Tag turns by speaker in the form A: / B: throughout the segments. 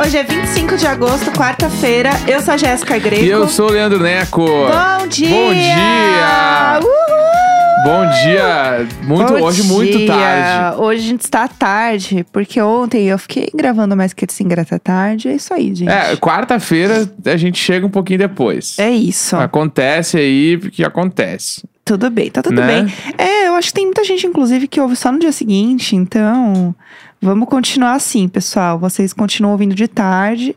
A: Hoje é 25 de agosto, quarta-feira. Eu sou a Jéssica Greco.
B: E eu sou o Leandro Neco.
A: Bom dia!
B: Bom dia!
A: Uhul!
B: Bom dia! Muito,
A: Bom
B: hoje, muito
A: dia.
B: tarde.
A: Hoje a gente está tarde, porque ontem eu fiquei gravando mais que se ingrata tarde. É isso aí, gente.
B: É, quarta-feira a gente chega um pouquinho depois.
A: É isso.
B: Acontece aí, porque acontece.
A: Tudo bem, tá tudo
B: Né?
A: bem. É, eu acho que tem muita gente, inclusive, que ouve só no dia seguinte, então vamos continuar assim, pessoal. Vocês continuam ouvindo de tarde.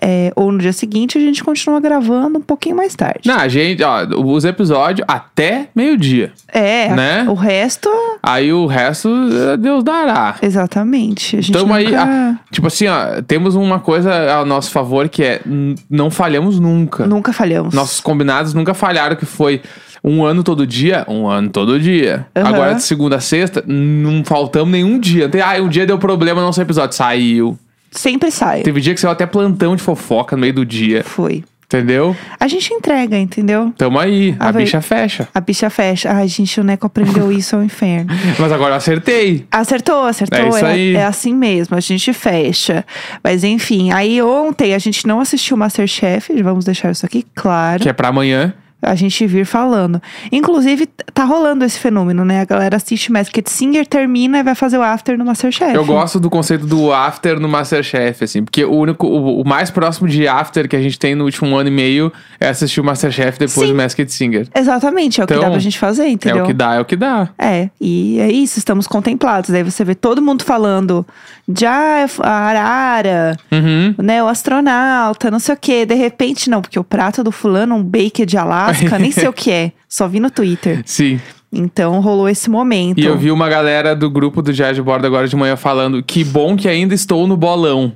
A: é, ou no dia seguinte a gente continua gravando um pouquinho mais tarde.
B: Não, a gente, ó, os episódios até meio-dia.
A: é,
B: né?
A: o resto,
B: Aí o resto, eh, Deus dará.
A: exatamente. A gente
B: Tamo aí,
A: nunca-
B: Tipo assim, ó, temos uma coisa a nosso favor que é: n- não falhamos nunca.
A: nunca falhamos.
B: Nossos combinados nunca falharam, que foi um ano todo dia, um ano todo dia.
A: Aham.
B: Agora, de segunda a sexta, não faltamos nenhum dia. Tem, ah, um dia deu problema, não sei o episódio. Saiu.
A: Sempre sai.
B: Teve dia que saiu até plantão de fofoca no meio do dia.
A: Foi.
B: Entendeu?
A: A gente entrega, entendeu?
B: Tamo aí.
A: Ah,
B: a
A: vai.
B: bicha fecha.
A: A bicha fecha. Ai, gente, o Neco aprendeu isso ao inferno.
B: Mas agora eu acertei.
A: Acertou, acertou.
B: É isso aí.
A: é assim mesmo, a gente fecha. Mas enfim, aí ontem a gente não assistiu Masterchef, vamos deixar isso aqui claro.
B: Que é pra amanhã.
A: A gente vir falando. Inclusive, t- tá rolando esse fenômeno, né? A galera assiste Masked Singer, termina e vai fazer o after no Masterchef.
B: Eu gosto do conceito do after no Masterchef, assim. Porque o único, o, o mais próximo de after que a gente tem no último ano e meio é assistir o Masterchef depois
A: Sim.
B: do Masked Singer.
A: Exatamente, é o que dá
B: Então,
A: pra gente fazer, entendeu?
B: É o que dá, é o que dá.
A: É, e é isso, estamos contemplados. Daí você vê todo mundo falando de ah, a arara,
B: Uhum.
A: né, o astronauta, não sei o quê. De repente, não, porque o prato do fulano, um bacon de Alasca, nem sei o que é. Só vi no Twitter.
B: Sim.
A: Então rolou esse momento.
B: E eu vi uma galera do grupo do Diário de Bordo agora de manhã falando que bom que ainda estou no bolão.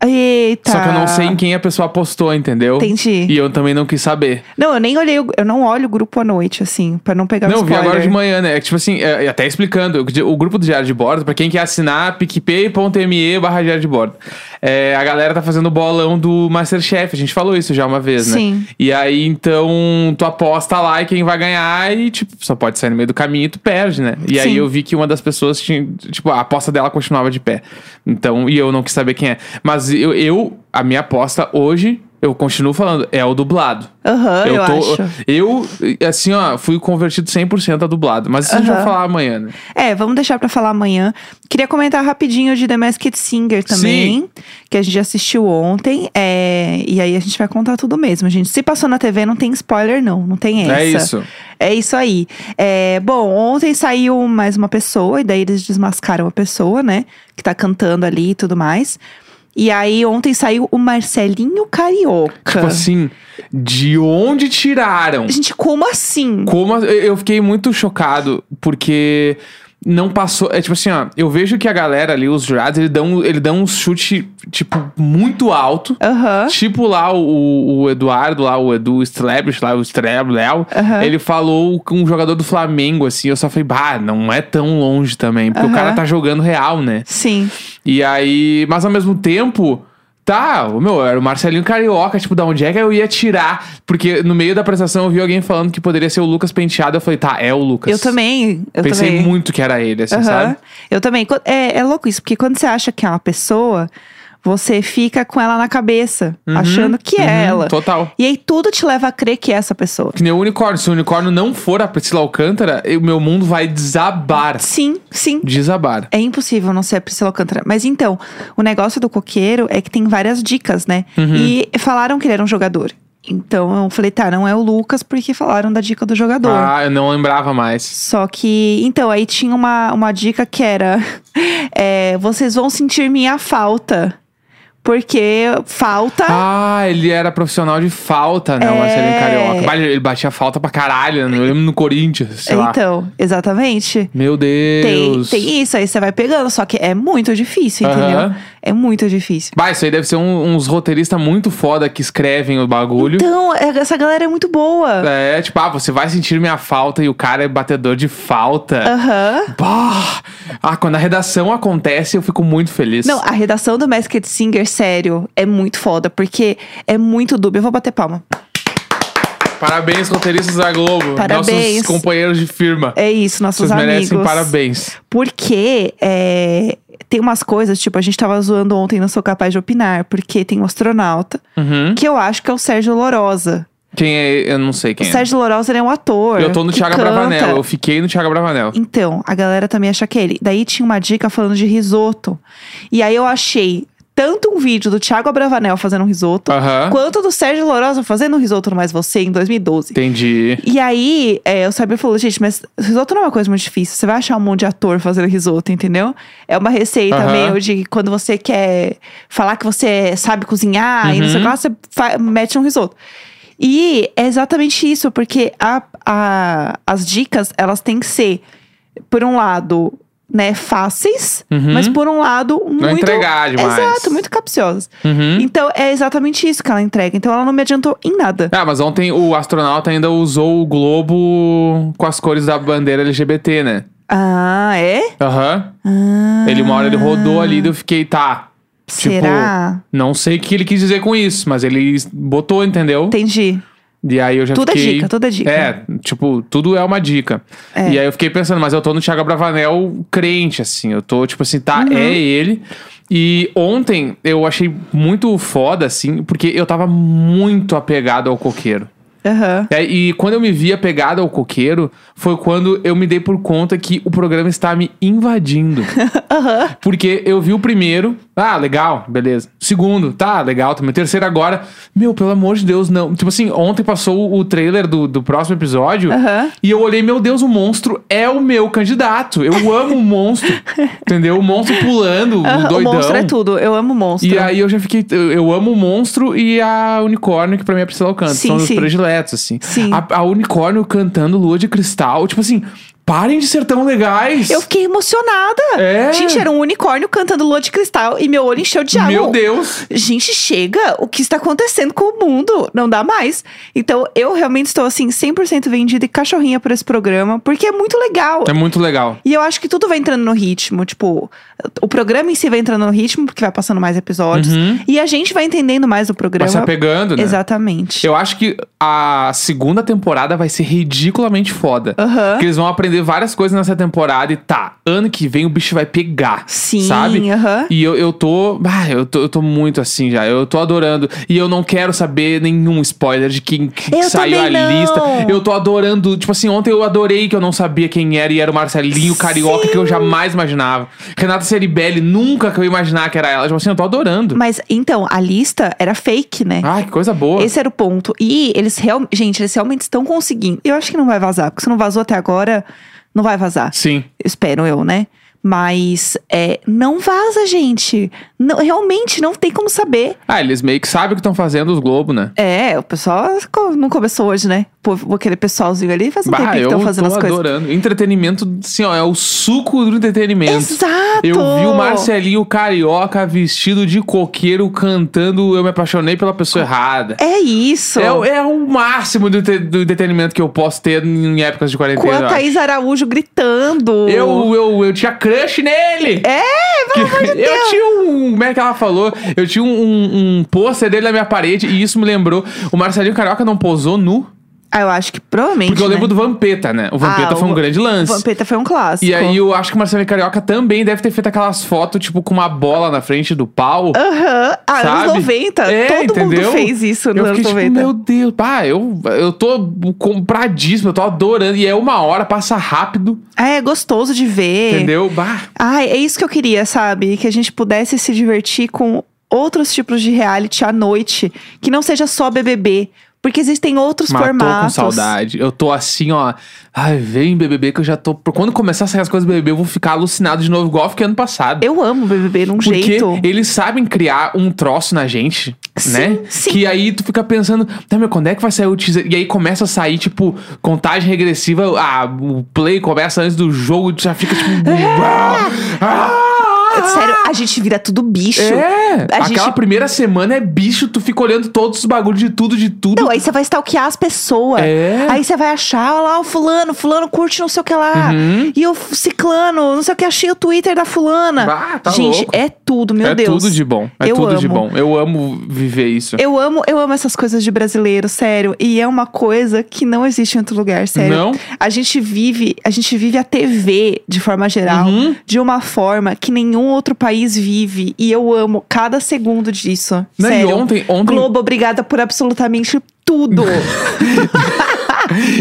A: Eita!
B: Só que eu não sei em quem a pessoa apostou, entendeu?
A: Tá. Entendi.
B: E eu também não quis saber.
A: Não, eu nem olhei, o- eu não olho o grupo à noite, assim, pra não pegar
B: não,
A: o
B: eu vi
A: spoiler.
B: agora de manhã, né? É que, tipo assim, é, e até explicando, o grupo do Diário de Bordo, pra quem quer assinar, picpay.me barra Diário de Bordo. É, a galera tá fazendo o bolão do Masterchef, a gente falou isso já uma vez, né?
A: Sim.
B: E aí, então, tu aposta lá e quem vai ganhar e, tipo, só pode sair no meio do caminho e tu perde, né? E aí
A: Sim.
B: eu vi que uma das pessoas tinha, tipo, a aposta dela continuava de pé. Então, e eu não quis saber quem é. Mas eu, eu a minha aposta hoje, eu continuo falando, é o dublado.
A: Aham, eu,
B: tô-
A: acho.
B: eu, assim, ó, fui convertido 100% a dublado. Mas isso a gente vai
A: Aham.
B: falar amanhã, né?
A: É, vamos deixar pra falar amanhã. Queria comentar rapidinho de The Masked Singer também, que a gente assistiu ontem. É, e aí a gente vai contar tudo mesmo, gente. Se passou na TV, não tem spoiler, não. Não tem essa.
B: É isso.
A: É isso aí. É, bom, ontem saiu mais uma pessoa, e daí eles desmascaram a pessoa, né? Que tá cantando ali e tudo mais. E aí ontem saiu o Marcelinho Carioca.
B: Tipo assim, de onde tiraram?
A: Gente, como assim?
B: Como a- eu eu fiquei muito chocado, porque não passou. É tipo assim, ó, eu vejo que a galera ali, os jurados, eles dão, eles dão um chute, tipo, muito alto.
A: Aham.
B: Tipo lá o, o Eduardo, lá o Edu Streblish, lá o Streb, Léo,
A: Aham.
B: ele falou com um jogador do Flamengo, assim, eu só falei, bah, não é tão longe também, porque
A: Aham.
B: o cara tá jogando real, né?
A: Sim.
B: E aí, mas ao mesmo tempo, tá, o meu, era o Marcelinho Carioca, tipo, da onde é que eu ia tirar? Porque no meio da apresentação eu vi alguém falando que poderia ser o Lucas Penteado, eu falei, tá, é o Lucas.
A: Eu também. Eu
B: Pensei
A: também.
B: muito que era ele, assim,
A: Aham.
B: sabe?
A: Eu também. Co- É, é louco isso, porque quando você acha que é uma pessoa, você fica com ela na cabeça, achando que
B: Uhum,
A: é ela.
B: Total.
A: E aí tudo te leva a crer que é essa pessoa.
B: Que nem o unicórnio. Se o unicórnio não for a Priscila Alcântara, o meu mundo vai desabar.
A: Sim, sim.
B: Desabar.
A: É impossível não ser a Priscila Alcântara. Mas então, o negócio do coqueiro é que tem várias dicas, né?
B: Uhum.
A: E falaram que ele era um jogador. Então eu falei, tá, não é o Lucas, porque falaram da dica do jogador.
B: Ah, eu não lembrava mais.
A: Só que, então, aí tinha uma, uma dica que era: é, vocês vão sentir minha falta. Porque falta.
B: Ah, ele era profissional de falta, né? O
A: É.
B: Marcelinho Carioca. Bah, Ele batia falta pra caralho, né? Eu lembro no Corinthians, sei lá.
A: então, exatamente.
B: Meu
A: Tem,
B: Deus.
A: tem isso, aí você vai pegando, só que é muito difícil, entendeu?
B: Aham.
A: É muito difícil.
B: Bah, isso aí deve ser um- uns roteiristas muito foda que escrevem o bagulho.
A: Então, é- essa galera é muito boa.
B: É, tipo, ah, você vai sentir minha falta e o cara é batedor de
A: Ah.
B: falta.
A: Aham.
B: Bah! Ah, quando a redação acontece, eu fico muito feliz.
A: Não, a redação do Masked Singer, sério, é muito foda, porque é muito dúbio. Eu vou bater palma.
B: Parabéns, roteiristas da Globo.
A: Parabéns.
B: Nossos companheiros de firma.
A: É isso, nossos
B: Vocês
A: amigos.
B: merecem parabéns.
A: Porque é, tem umas coisas, tipo, a gente tava zoando ontem, não sou capaz de opinar, porque tem um astronauta,
B: Uhum.
A: que eu acho que é o Sérgio Lorosa.
B: Quem é? Eu não sei quem
A: O
B: é.
A: Sérgio Lorosa ele é um ator.
B: Eu tô no
A: que
B: Thiago
A: canta.
B: Bravanel. Eu fiquei no Thiago Bravanel.
A: Então, a galera também acha que é ele. Daí tinha uma dica falando de risoto. E aí eu achei tanto um vídeo do Thiago Abravanel fazendo um risoto,
B: Aham.
A: quanto do Sérgio Lorosa fazendo um risoto no Mais Você, em 2012.
B: Entendi.
A: E aí, é, o Saber falou, gente, mas risoto não é uma coisa muito difícil. Você vai achar um monte de ator fazendo risoto, entendeu? É uma receita
B: Aham.
A: meio de quando você quer falar que você sabe cozinhar e não sei o
B: Uhum.
A: que lá, você fa- mete um risoto. E é exatamente isso, porque a- a- as dicas, elas têm que ser, por um lado, né, fáceis,
B: Uhum.
A: mas por um lado, muito.
B: Não entregar demais.
A: Exato, muito capciosas.
B: Uhum.
A: Então, é exatamente isso que ela entrega. Então, ela não me adiantou em nada.
B: Ah, mas ontem o astronauta ainda usou o globo com as cores da bandeira LGBT, né?
A: Ah, é?
B: Aham.
A: Ah,
B: Ele uma hora ele rodou ali e eu fiquei, tá.
A: Será?
B: Não sei o que ele quis dizer com isso, mas ele botou, entendeu?
A: Entendi.
B: E aí eu já
A: Tudo é
B: fiquei.
A: dica, tudo é dica.
B: É, tipo, tudo é uma dica.
A: É.
B: E aí eu fiquei pensando, mas eu tô no Thiago Bravanel crente, assim. Eu tô, tipo assim, tá,
A: Uhum.
B: é ele. E ontem eu achei muito foda, assim, porque eu tava muito apegado ao coqueiro.
A: Aham.
B: É, e quando eu me vi apegado ao coqueiro, foi quando eu me dei por conta que o programa está me invadindo.
A: Aham.
B: Porque eu vi o primeiro, ah, legal, beleza. O segundo, tá, legal também. O terceiro agora, meu, pelo amor de Deus, não. Tipo assim, ontem passou o trailer do, do próximo episódio
A: Aham.
B: e eu olhei, meu Deus, o monstro é o meu candidato. Eu amo o monstro, entendeu? O monstro pulando,
A: Aham.
B: o
A: O
B: Um doidão.
A: monstro é tudo. Eu amo monstro.
B: E aí eu já fiquei. Eu, eu amo o monstro e a unicórnio, que pra mim é a Priscila Alcântara.
A: Sim,
B: são os
A: sim.
B: prediletos, assim.
A: Sim.
B: A, a unicórnio cantando lua de cristal. Tipo assim, parem de ser tão legais.
A: Eu fiquei emocionada.
B: É.
A: Gente, era um unicórnio cantando lua de cristal e meu olho encheu de água.
B: Meu Deus!
A: Gente, chega! O que está acontecendo com o mundo? Não dá mais. Então, eu realmente estou, assim, 100% vendida e cachorrinha por esse programa, porque é muito legal.
B: É muito legal.
A: E eu acho que tudo vai entrando no ritmo. Tipo, o programa em si vai entrando no ritmo, porque vai passando mais episódios.
B: Uhum.
A: E a gente vai entendendo mais o
B: Vai
A: programa.
B: se apegando, né?
A: Exatamente.
B: Eu acho que a segunda temporada vai ser ridiculamente foda.
A: Aham.
B: Porque eles vão aprender várias coisas nessa temporada e tá, ano que vem o bicho vai pegar.
A: Sim,
B: Sabe?
A: aham.
B: E eu, eu tô. Ah, eu tô. Eu tô muito assim já. Eu tô adorando. E eu não quero saber nenhum spoiler de quem que
A: Eu
B: saiu a
A: também não.
B: lista. Eu tô adorando. Tipo assim, ontem eu adorei que eu não sabia quem era e era o Marcelinho Carioca que eu jamais imaginava. Renata Ceribelli, nunca que eu ia imaginar que era ela. Tipo assim, eu tô adorando.
A: Mas então, a lista era fake, né?
B: Ai, que coisa Ah, boa.
A: Esse era o ponto. E eles realmente. Gente, eles realmente estão conseguindo. Eu acho que não vai vazar, porque se não vazou até agora, não vai vazar.
B: Sim.
A: Espero eu, né? Mas é, não vaza, gente. Não, realmente não tem como saber.
B: Ah, eles meio que sabem o que estão fazendo os Globo, né?
A: É, o pessoal co- não começou hoje, né? Pô, aquele pessoalzinho ali faz um
B: bah,
A: tempinho que
B: eu
A: estão fazendo
B: tô
A: as coisas.
B: adorando. Entretenimento, assim, ó, é o suco do entretenimento.
A: Exato!
B: Eu vi o Marcelinho Carioca vestido de coqueiro cantando Eu Me Apaixonei pela Pessoa Errada.
A: É isso.
B: É, o- é o máximo do, te- do entretenimento que eu posso ter em épocas de
A: Com a
B: quarentena.
A: Thaís Araújo gritando.
B: Eu, eu, eu tinha crush nele!
A: É, pelo amor de Deus.
B: Eu tinha um. Como é que ela falou? Eu tinha um, um, um pôster dele na minha parede e isso me lembrou. O Marcelinho Carioca não posou nu?
A: Ah, eu acho que provavelmente.
B: Porque eu lembro
A: né?
B: do Vampeta, né? O Vampeta
A: Ah,
B: foi um
A: o-
B: grande lance.
A: Vampeta foi um clássico.
B: E aí eu acho que o Marcelinho Carioca também deve ter feito aquelas fotos, tipo, com uma bola na frente do pau.
A: Aham. Ah,
B: sabe?
A: anos 90.
B: É,
A: Todo
B: entendeu?
A: mundo fez isso
B: eu
A: nos anos
B: fiquei,
A: 90.
B: tipo, meu Deus, pá, eu, eu tô compradíssimo, eu tô adorando. E é uma hora, passa rápido,
A: Ah, é gostoso de ver.
B: entendeu? Bah,
A: Ai, é isso que eu queria, sabe? Que a gente pudesse se divertir com outros tipos de reality à noite, que não seja só BBB, porque existem outros
B: matou com
A: formatos.
B: saudade. Eu tô assim, ó. Ai, vem BBB que eu já tô. Quando começar a sair as coisas do BBB, eu vou ficar alucinado de novo, igual eu fiquei ano passado.
A: Eu amo BBB num
B: Porque
A: Um jeito.
B: eles sabem criar um troço na gente,
A: Sim,
B: né?
A: sim.
B: Que aí tu fica pensando, tá, meu, quando é que vai sair o teaser? E aí começa a sair, tipo, contagem regressiva, ah, o play começa antes do jogo, tu já fica tipo.
A: É.
B: ah, ah,
A: Sério, a gente vira tudo bicho.
B: É!
A: A
B: Aquela
A: gente-
B: primeira semana é bicho, tu fica olhando todos os bagulhos de tudo, de tudo.
A: Não, aí você vai stalkear as pessoas.
B: É.
A: Aí você vai achar, olha lá, o fulano, fulano curte não sei o que lá.
B: Uhum.
A: E o ciclano, não sei o que, achei o Twitter da fulana.
B: Bah, tá
A: Gente,
B: louco.
A: é tudo, meu
B: é
A: Deus.
B: tudo de bom. É
A: Eu
B: tudo de
A: amo.
B: bom. Eu amo viver isso.
A: Eu amo, eu amo essas coisas de brasileiro, sério. E é uma coisa que não existe em outro lugar, sério.
B: Não? Uhum.
A: A gente vive, a gente vive a TV de forma geral, de uma forma que nenhum nenhum outro país vive. E eu amo cada segundo disso.
B: Não, e
A: sério.
B: ontem- ontem-
A: Globo, obrigada por absolutamente tudo.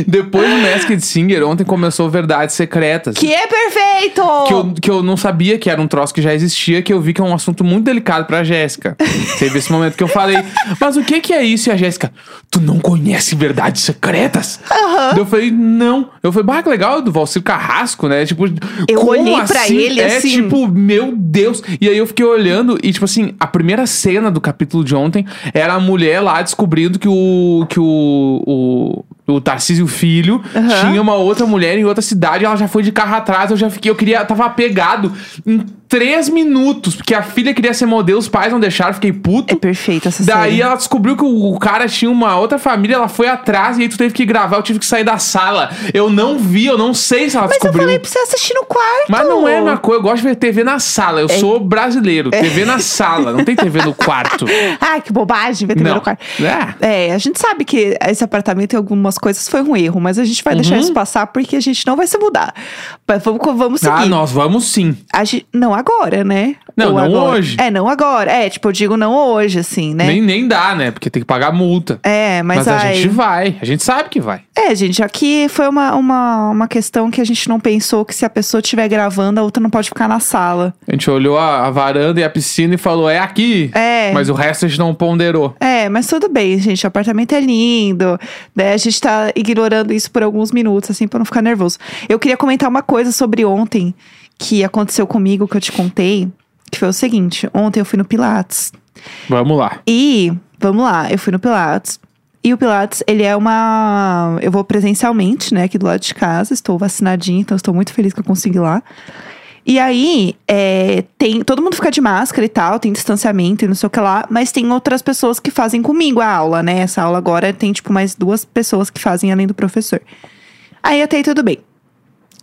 B: Depois do Masked Singer, ontem começou Verdades Secretas.
A: que é perfeito!
B: Que eu, que eu não sabia que era um troço que já existia, que eu vi que é um assunto muito delicado pra Jéssica. Teve esse momento que eu falei, mas o que que é isso? E a Jéssica, tu não conhece verdades secretas? Daí Eu falei, não. Eu falei, bah, que legal, do Valcir Carrasco, né? Tipo,
A: Eu
B: como
A: olhei pra
B: assim?
A: ele,
B: é,
A: assim.
B: tipo, meu Deus. E aí eu fiquei olhando e, tipo assim, a primeira cena do capítulo de ontem era a mulher lá descobrindo que o... Que o, o o Tarcísio Filho
A: Aham.
B: tinha uma outra mulher em outra cidade, ela já foi de carro atrás, eu já fiquei, eu queria, tava apegado em três minutos, porque a filha queria ser modelo, os pais não deixaram, fiquei
A: É
B: puto.
A: perfeito essa
B: Daí
A: série.
B: ela descobriu que o cara tinha uma outra família, ela foi atrás e aí tu teve que gravar, eu tive que sair da sala. Eu não vi, eu não sei se ela
A: Mas eu
B: descobriu.
A: falei pra você assistir no quarto.
B: Mas não é uma coisa, eu gosto de ver TV na sala.
A: É.
B: Eu sou brasileiro. TV na sala, não tem TV no quarto.
A: Ah, que bobagem, vai ter
B: Não.
A: no quarto.
B: É.
A: É, a gente sabe que esse apartamento em algumas coisas foi um erro, mas a gente vai
B: Uhum.
A: deixar isso passar porque a gente não vai se mudar. Mas vamos, vamos seguir.
B: Ah, nós vamos sim.
A: A gente- não agora, né?
B: Não, não
A: agora.
B: hoje.
A: É, não agora. É, tipo, eu digo não hoje, assim, né?
B: Nem, nem dá, né? Porque tem que pagar multa.
A: É, mas,
B: Mas a
A: ai-
B: gente vai. A gente sabe que vai.
A: É, gente, aqui foi uma, uma, uma questão que a gente não pensou que se a pessoa estiver gravando, a outra não pode ficar na sala.
B: A gente olhou a, a varanda e a piscina e falou, é aqui.
A: É.
B: Mas o resto a gente não ponderou.
A: É, mas tudo bem, gente. O apartamento é lindo. Né? A gente tá ignorando isso por alguns minutos, assim, pra não ficar nervoso. Eu queria comentar uma coisa sobre ontem que aconteceu comigo, que eu te contei. Que foi o seguinte: ontem eu fui no Pilates.
B: Vamos lá.
A: E, vamos lá, eu fui no Pilates. E o Pilates, ele é uma. Eu vou presencialmente, né, aqui do lado de casa. Estou vacinadinha, então estou muito feliz que eu consegui ir lá. E aí, é, tem. Todo mundo fica de máscara e tal, tem distanciamento e não sei o que lá, mas tem outras pessoas que fazem comigo a aula, né? Essa aula agora tem, tipo, mais duas pessoas que fazem além do professor. Aí até aí tudo bem.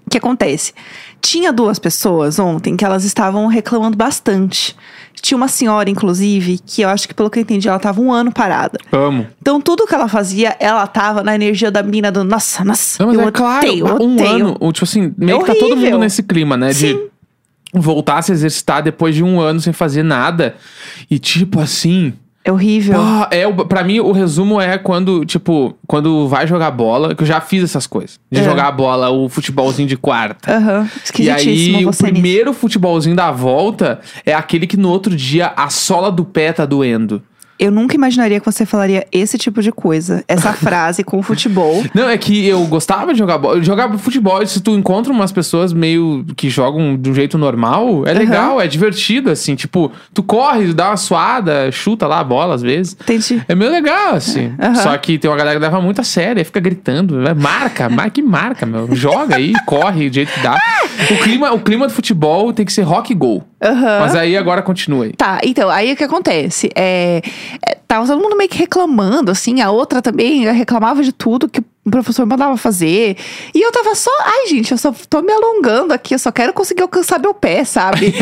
A: O que acontece? Tinha duas pessoas ontem que elas estavam reclamando bastante. Tinha uma senhora, inclusive, que eu acho que, pelo que eu entendi, ela tava um ano parada.
B: Amo.
A: Então, tudo que ela fazia, ela tava na energia da mina do nossa, nossa.
B: Não, mas
A: eu
B: é
A: odeio,
B: claro, um
A: odeio.
B: ano, o- tipo assim, meio
A: É
B: que tá todo
A: horrível.
B: mundo nesse clima, né?
A: Sim.
B: De voltar a se exercitar depois de um ano sem fazer nada. E tipo assim,
A: É horrível.
B: Pá, é, o- pra mim, o resumo é quando, tipo, quando vai jogar bola, que eu já fiz essas coisas. De
A: É.
B: jogar bola, o futebolzinho de quarta.
A: Aham.
B: E aí,
A: Esquisitíssimo
B: o
A: você nisso.
B: primeiro futebolzinho da volta é aquele que no outro dia a sola do pé tá doendo.
A: Eu nunca imaginaria que você falaria esse tipo de coisa. Essa frase com o futebol.
B: Não, é que eu gostava de jogar bola. Jogar futebol, se tu encontra umas pessoas meio que jogam de um jeito normal, é legal, é divertido, assim. Tipo, tu corre, dá uma suada, chuta lá a bola às vezes.
A: Entendi.
B: É meio legal, assim.
A: Aham.
B: Só que tem uma galera que leva muito a sério, aí fica gritando. né? Marca, marca que marca, meu. Joga aí, corre do jeito que dá. O clima, o clima do futebol tem que ser rock e gol.
A: Aham.
B: Mas aí agora continua aí.
A: Tá, então, aí o que acontece? É, é, tava todo mundo meio que reclamando, assim, a outra também reclamava de tudo que o professor mandava fazer. E eu tava só, ai, gente, eu só tô me alongando aqui, eu só quero conseguir alcançar meu pé, sabe?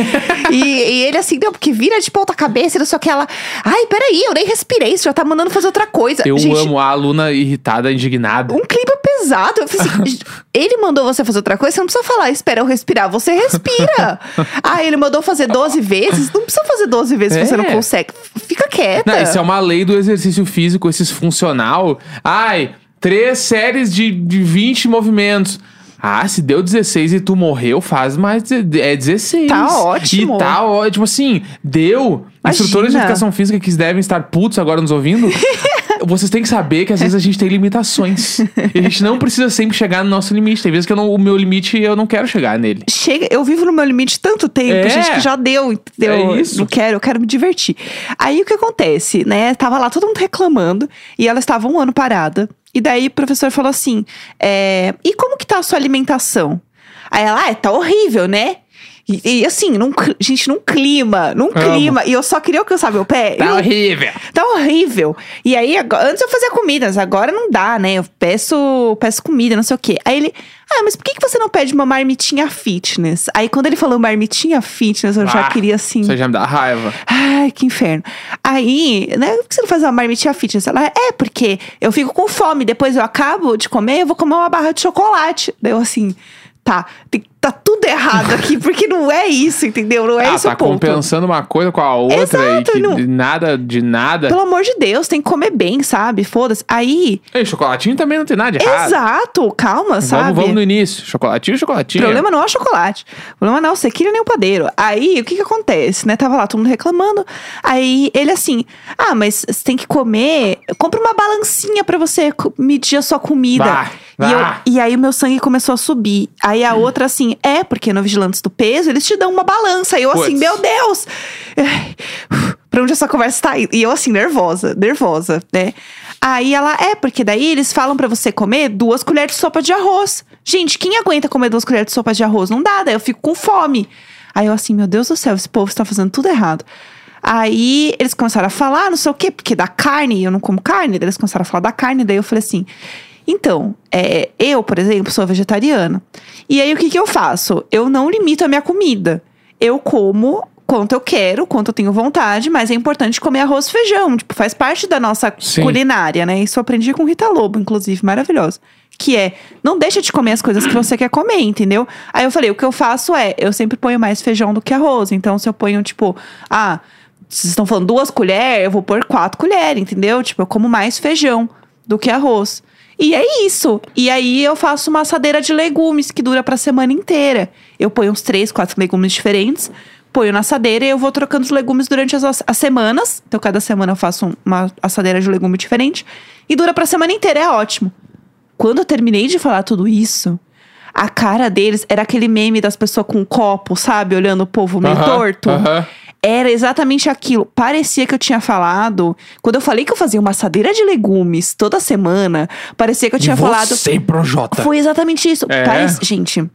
A: e, e ele assim, não, porque vira de ponta cabeça, ele só que ela, ai, peraí, eu nem respirei, você já tá mandando fazer outra coisa.
B: Eu
A: gente,
B: amo a aluna irritada, indignada.
A: um clima pesado. Eu falei assim, ele mandou você fazer outra coisa, você não precisa falar, espera eu respirar, você respira. ah, ele mandou fazer 12 vezes, não precisa fazer 12 vezes se você não
B: É.
A: consegue. Fica quieta.
B: Não, isso é uma lei do exercício físico, esses funcional. Ai, três séries de, de 20 movimentos. Ah, se deu 16 e tu morreu, faz mais. de- É 16.
A: Tá ótimo.
B: E tá ótimo. Assim, deu. Instrutores de
A: Imagina.
B: educação física que devem estar putos agora nos ouvindo. Vocês têm que saber que às vezes a gente tem limitações. E a gente não precisa sempre chegar no nosso limite. Tem vezes que eu não- o meu limite eu não quero chegar nele.
A: Chega, eu vivo no meu limite tanto tempo,
B: É.
A: gente, que já deu, entendeu?
B: É isso.
A: Não quero, eu quero me divertir. Aí o que acontece, né? Tava lá todo mundo reclamando e ela estava um ano parada. E daí o professor falou assim: é, e como que tá a sua alimentação? Aí ela, ah, tá horrível, né? E, e assim, num, cl- gente, num clima, num clima. E eu só queria alcançar meu pé.
B: Tá
A: eu-
B: horrível.
A: Tá horrível. E aí, agora- antes eu fazia comidas, agora não dá, né? Eu peço, peço comida, não sei o quê. Aí ele, ah, mas por que, que você não pede uma marmitinha fitness? Aí quando ele falou marmitinha fitness, eu já
B: Ah,
A: queria assim.
B: Isso já me dá raiva.
A: Ai, que inferno. Aí, né? Por que você não faz uma marmitinha fitness? Ela, é, porque eu fico com fome, depois eu acabo de comer, eu vou comer uma barra de chocolate. Daí eu assim, tá, tem tá tudo errado aqui, porque não é isso, entendeu? Não é
B: ah,
A: isso
B: tá
A: o ponto.
B: compensando uma coisa com a outra e
A: Exato,
B: que
A: não-
B: de nada de nada.
A: Pelo amor de Deus, tem que comer bem, sabe? Foda-se. Aí,
B: Ei, chocolatinho também não tem nada de errado.
A: exato, calma, sabe?
B: Vamos, vamos no início. Chocolatinho, chocolatinho.
A: O problema não é o chocolate. O problema não é o sequilho nem o padeiro. Aí, o que que acontece, né? Tava lá todo mundo reclamando. Aí, ele assim... Ah, mas você tem que comer... Compra uma balancinha pra você co- medir a sua comida.
B: Vá,
A: E, eu-
B: vá. Hum.
A: e aí, o meu sangue começou a subir. Aí, a outra assim... É, porque no Vigilantes do Peso, eles te dão uma balança. E eu assim,
B: Puts.
A: meu Deus! Ai, uf, Pra onde essa conversa tá indo? E eu assim, nervosa, nervosa, né? Aí ela, é, porque daí eles falam pra você comer duas colheres de sopa de arroz. Gente, quem aguenta comer duas colheres de sopa de arroz? Não dá, daí eu fico com fome. Aí eu assim, meu Deus do céu, esse povo está fazendo tudo errado. Aí eles começaram a falar, não sei o quê, porque da carne, eu não como carne, daí eles começaram a falar da carne, daí eu falei assim, então, é, eu, por exemplo, sou vegetariana. E aí o que que eu faço? Eu não limito a minha comida eu como quanto eu quero, quanto eu tenho vontade, mas é importante comer arroz e feijão. Tipo, faz parte da nossa
B: Sim.
A: culinária, né? Isso eu aprendi com Rita Lobo, inclusive, maravilhosa. Que é, não deixa de comer as coisas que você quer comer, entendeu? Aí eu falei, o que eu faço é, eu sempre ponho mais feijão do que arroz. Então, se eu ponho, tipo, ah, vocês estão falando duas colheres, eu vou pôr quatro colheres, entendeu? Tipo, eu como mais feijão do que arroz. E é isso. E aí eu faço uma assadeira de legumes que dura pra semana inteira. Eu ponho uns três, quatro legumes diferentes, ponho na assadeira e eu vou trocando os legumes durante as, as semanas. Então, cada semana eu faço um- uma assadeira de legume diferente. E dura pra semana inteira, é ótimo. Quando eu terminei de falar tudo isso, a cara deles era aquele meme das pessoas com um copo, sabe? Olhando o povo meio
B: Aham,
A: torto.
B: aham.
A: Era exatamente aquilo. Parecia que eu tinha falado. Quando eu falei que eu fazia uma assadeira de legumes toda semana, parecia que eu tinha
B: E
A: falado.
B: Você, Projota.
A: Foi exatamente isso.
B: É.
A: Parece- gente,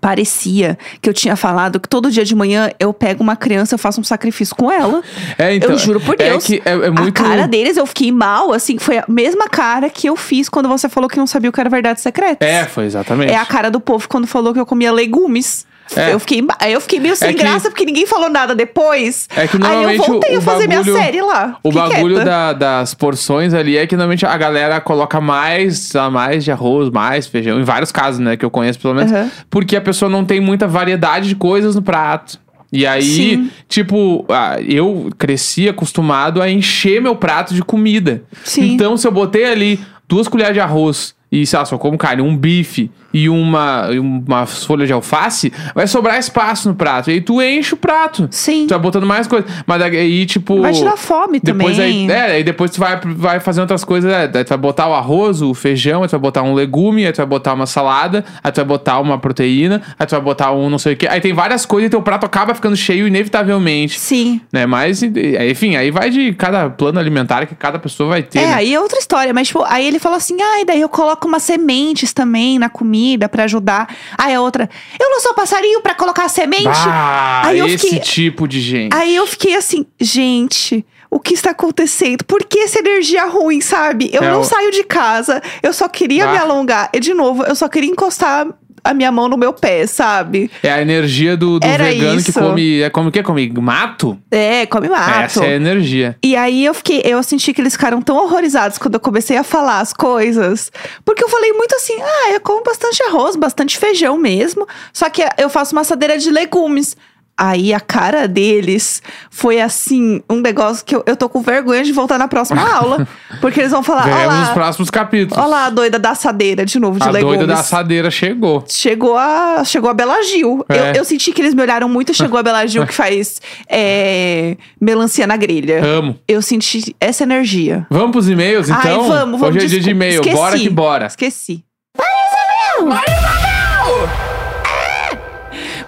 A: parecia que eu tinha falado que todo dia de manhã eu pego uma criança, eu faço um sacrifício com ela.
B: É, então,
A: eu juro por
B: é
A: Deus.
B: que é- é muito-
A: A cara deles, eu fiquei mal, assim, foi a mesma cara que eu fiz quando você falou que não sabia o que era verdade secreta.
B: É, foi exatamente.
A: É a cara do povo quando falou que eu comia legumes.
B: É.
A: Eu, fiquei, aí eu fiquei meio sem
B: É que-
A: graça porque ninguém falou nada depois.
B: É que
A: aí eu
B: normalmente
A: voltei
B: o-
A: a
B: o
A: fazer minha
B: bagulho-
A: série lá.
B: O
A: Fiquei
B: bagulho
A: quieta.
B: da- das porções ali é que normalmente a galera coloca mais, sei lá, mais de arroz, mais feijão, em vários casos, né, que eu conheço pelo menos,
A: Aham.
B: porque a pessoa não tem muita variedade de coisas no prato. E aí,
A: Sim.
B: tipo, ah, eu cresci acostumado a encher meu prato de comida.
A: Sim.
B: Então, se eu botei ali duas colheres de arroz e, sei lá, só como carne, um bife e uma, e uma folha de alface, vai sobrar espaço no prato. E aí tu enche o prato.
A: Sim.
B: Tu vai botando mais coisa. Mas aí, tipo.
A: Vai te dar fome
B: Depois
A: também.
B: aí, é, aí depois tu vai, vai fazer outras coisas. né? Daí tu vai botar o arroz, o feijão, aí tu vai botar um legume, aí tu vai botar uma salada, aí tu vai botar uma proteína, aí tu vai botar um não sei o quê. Aí tem várias coisas e teu prato acaba ficando cheio inevitavelmente.
A: Sim.
B: Né? Mas, e- e- enfim, aí vai de cada plano alimentar que cada pessoa vai ter.
A: É,
B: né?
A: aí é outra história, mas tipo, aí ele falou assim: ah, e daí eu coloco umas sementes também na comida pra ajudar. Aí a outra, eu não sou passarinho pra colocar semente?
B: Bah,
A: aí eu
B: esse
A: fiquei-
B: tipo de gente.
A: Aí eu fiquei assim, gente, o que está acontecendo? Por que essa energia ruim, sabe? Eu
B: É,
A: não
B: o-
A: saio de casa, eu só queria
B: Ah.
A: me alongar. E de novo, eu só queria encostar a minha mão no meu pé, sabe?
B: É a energia do, do
A: Era
B: vegano que
A: isso.
B: come. É, come o quê? Come mato?
A: É, come mato.
B: Essa é a energia.
A: E aí eu fiquei, eu senti que eles ficaram tão horrorizados quando eu comecei a falar as coisas. Porque eu falei muito assim, ah, eu como bastante arroz, bastante feijão mesmo. Só que eu faço uma assadeira de legumes. Aí a cara deles foi assim, um negócio que eu, eu tô com vergonha de voltar na próxima aula. Porque eles vão falar, olha
B: Veremos os
A: lá,
B: próximos capítulos.
A: ó lá a doida da assadeira de novo de
B: a
A: legumes.
B: doida da assadeira chegou.
A: Chegou a, chegou a Bela Gil.
B: É.
A: Eu, eu senti que eles me olharam muito. Chegou a Bela Gil que faz é, melancia na grelha.
B: Amo.
A: Eu senti essa energia.
B: Vamos pros e-mails, então?
A: Ai, vamos, vamos.
B: Hoje é dia de
A: desculpa,
B: e-mail.
A: esqueci.
B: Bora que bora.
A: Esqueci.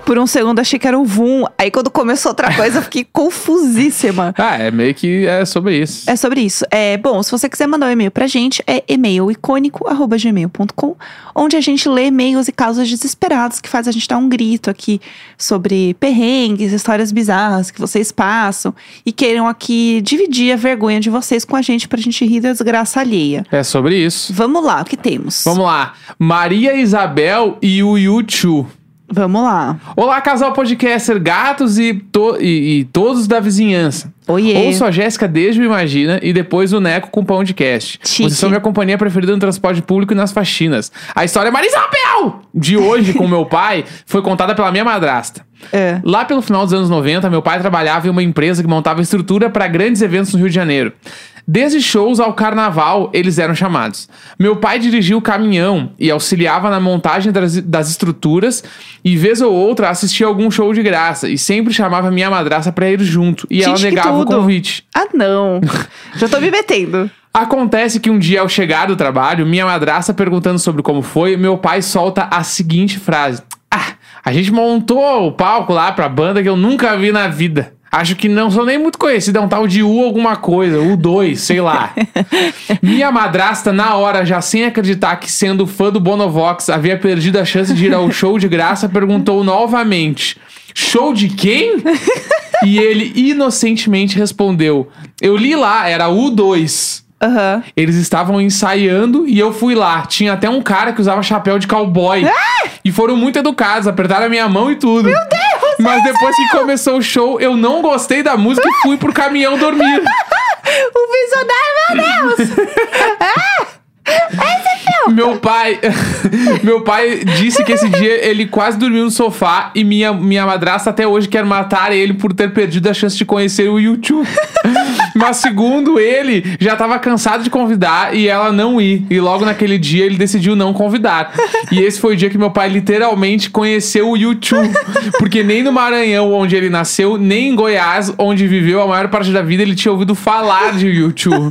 A: Por um segundo achei que era o Vum. Aí quando começou outra coisa, eu fiquei confusíssima.
B: Ah, é meio que é sobre isso.
A: É sobre isso. É, bom, se você quiser mandar um e-mail pra gente, é e-mailicônico.gmail.com, onde a gente lê e-mails e casos desesperados que faz a gente dar um grito aqui sobre perrengues, histórias bizarras que vocês passam e queiram aqui dividir a vergonha de vocês com a gente pra gente rir da desgraça alheia.
B: É, sobre isso.
A: Vamos lá, o que temos?
B: Vamos lá. Maria Isabel e o YouTube.
A: Vamos lá.
B: Olá, casal podcaster, gatos e, to- e- e todos da vizinhança.
A: Oiê.
B: Ouço a Jéssica desde o Imagina e depois o Neco com o Poundcast.
A: Chique.
B: Vocês são minha companhia preferida no transporte público e nas faxinas. A história Marisabel de hoje com meu pai foi contada pela minha madrasta.
A: É.
B: Lá pelo final dos anos 90, meu pai trabalhava em uma empresa que montava estrutura para grandes eventos no Rio de Janeiro. Desde shows ao carnaval, eles eram chamados. Meu pai dirigia o caminhão e auxiliava na montagem das, das estruturas e, vez ou outra, assistia algum show de graça. E sempre chamava minha madraça para ir junto. E ela
A: Gente, que
B: negava o
A: tudo.
B: convite.
A: Ah, não. Já tô me metendo.
B: Acontece que um dia ao chegar do trabalho, minha madrasta perguntando sobre como foi, meu pai solta a seguinte frase: Ah, a gente montou o palco lá pra banda que eu nunca vi na vida. Acho que não sou nem muito conhecida, é um tal de U alguma coisa, U2, sei lá. Minha madrasta, na hora, já sem acreditar que sendo fã do Bonovox havia perdido a chance de ir ao show de graça, perguntou novamente: Show de quem? E ele inocentemente respondeu: Eu li lá, era U2.
A: Aham.
B: Eles estavam ensaiando e eu fui lá. Tinha até um cara que usava chapéu de cowboy. E foram muito educados, apertaram a minha mão e tudo. Ah! Meu Deus! Mas depois que começou o show, eu não gostei da música e fui pro caminhão dormir.
A: O visionário, meu Deus!
B: Meu pai. meu pai disse que esse dia ele quase dormiu no sofá e minha, minha madrasta até hoje quer matar ele por ter perdido a chance de conhecer o YouTube. Mas segundo ele, já tava cansado de convidar e ela não ir. E logo naquele dia ele decidiu não convidar. E esse foi o dia que meu pai literalmente conheceu o YouTube. Porque nem no Maranhão, onde ele nasceu, nem em Goiás, onde viveu a maior parte da vida, ele tinha ouvido falar de YouTube.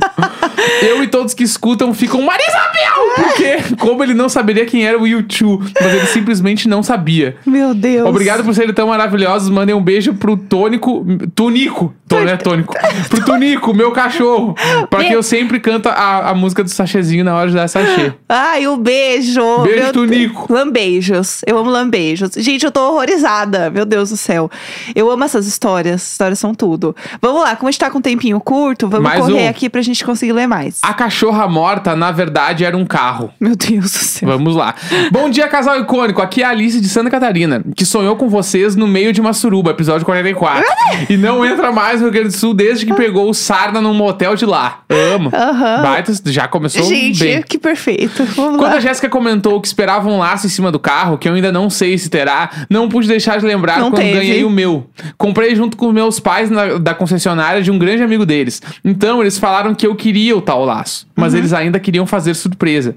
B: Eu e todos que escutam ficam Marisabel! Porque, como ele não saberia quem era o YouTube, mas ele simplesmente não sabia.
A: Meu Deus.
B: Obrigado por serem tão maravilhosos. Mandem um beijo pro Tônico. Tonico. Tô, né? Tônico. Pro Tonico, meu cachorro. Pra que eu sempre canto a, a música do sachezinho na hora de dar sachê.
A: Ai, um beijo.
B: Beijo,
A: Meu
B: Tunico.
A: Deus. Lambeijos. Eu amo lambeijos. Gente, eu tô horrorizada. Meu Deus do céu. Eu amo essas histórias. Histórias são tudo. Vamos lá, como a gente tá com um tempinho curto, vamos
B: Mais
A: correr
B: um. Ah.
A: aqui pra gente conseguir ler mais.
B: A cachorra morta, na verdade, era um carro.
A: Meu Deus do céu.
B: Vamos lá. Bom dia, casal icônico. Aqui é a Alice de Santa Catarina, que sonhou com vocês no meio de uma suruba, episódio 44. e não entra mais no Rio Grande do Sul desde que pegou o Sarna num motel de lá. Amo.
A: Aham.
B: Baita, já começou
A: Gente,
B: bem.
A: que perfeito. Vamos
B: Quando
A: lá.
B: a Jéssica comentou que esperava um laço em cima do carro, que eu ainda não sei se terá, não pude deixar de lembrar
A: Não
B: quando
A: teve.
B: ganhei o meu. Comprei junto com meus pais na- da concessionária de um grande amigo deles. Então, eles falaram que eu queria o tal laço, mas
A: Uhum.
B: eles ainda queriam fazer surpresa.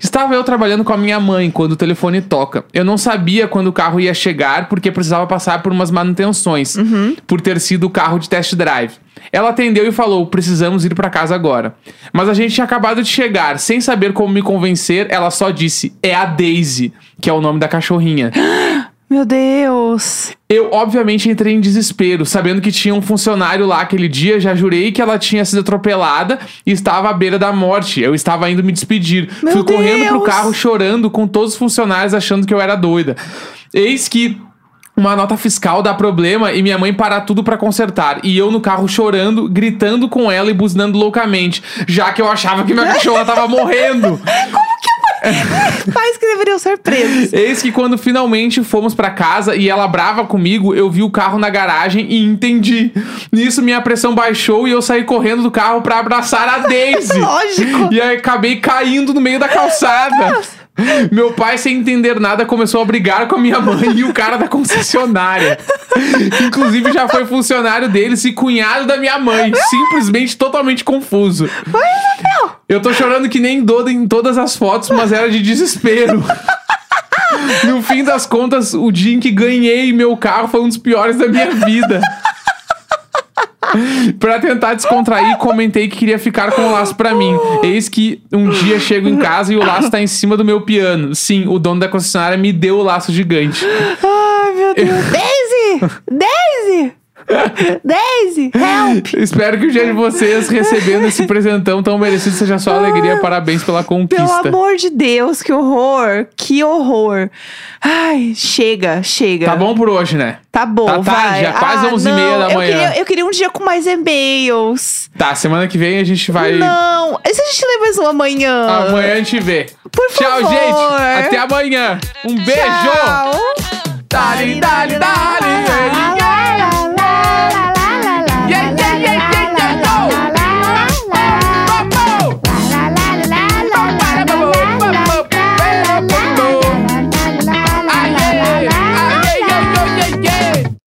B: Estava eu trabalhando com a minha mãe quando o telefone toca. Eu não sabia quando o carro ia chegar porque precisava passar por umas manutenções,
A: Uhum.
B: por ter sido o carro de test drive. Ela atendeu e falou: precisamos ir pra casa agora. Mas a gente tinha acabado de chegar, sem saber como me convencer, ela só disse: é a Daisy, que é o nome da cachorrinha.
A: Meu Deus.
B: Eu, obviamente, entrei em desespero, sabendo que tinha um funcionário lá aquele dia, já jurei que ela tinha sido atropelada e estava à beira da morte. Eu estava indo me despedir.
A: Meu
B: Fui correndo pro
A: Deus!
B: carro chorando com todos os funcionários achando que eu era doida. Eis que uma nota fiscal dá problema e minha mãe para tudo pra consertar. E eu no carro chorando, gritando com ela e buzinando loucamente, já que eu achava que minha cachorra tava morrendo.
A: Pais que deveriam ser presos.
B: Eis que quando finalmente fomos pra casa e ela brava comigo, eu vi o carro na garagem e entendi. Nisso minha pressão baixou e eu saí correndo do carro pra abraçar a Daisy.
A: É Lógico.
B: E aí acabei caindo no meio da calçada. Meu pai, sem entender nada, começou a brigar com a minha mãe e o cara da concessionária. Que, inclusive já foi funcionário deles e cunhado da minha mãe. Simplesmente totalmente confuso. Eu tô chorando que nem Doda em todas as fotos, mas era de desespero. No fim das contas, o dia em que ganhei meu carro foi um dos piores da minha vida. Pra tentar descontrair, comentei que queria ficar com o laço pra mim. Eis que um dia chego em casa e o laço tá em cima do meu piano. Sim, o dono da concessionária me deu o laço gigante.
A: Ai, meu Deus. Daisy! Daisy! Daisy! Help!
B: Espero que o dia de vocês recebendo esse presentão tão merecido seja só alegria. Parabéns pela conquista.
A: Pelo amor de Deus, que horror! Que horror! Ai, chega, chega.
B: Tá bom por hoje, né?
A: Tá bom,
B: Tá
A: vai.
B: tarde, já quase
A: ah,
B: 11h30
A: não,
B: da manhã.
A: Eu queria, eu queria um dia com mais e-mails.
B: Tá, semana que vem a gente vai.
A: Não! E se a gente lê mais um amanhã?
B: Amanhã a gente vê.
A: Por
B: Tchau,
A: favor.
B: gente. Até amanhã. Um beijo.
A: Tchau!
B: Dali, dali, dali.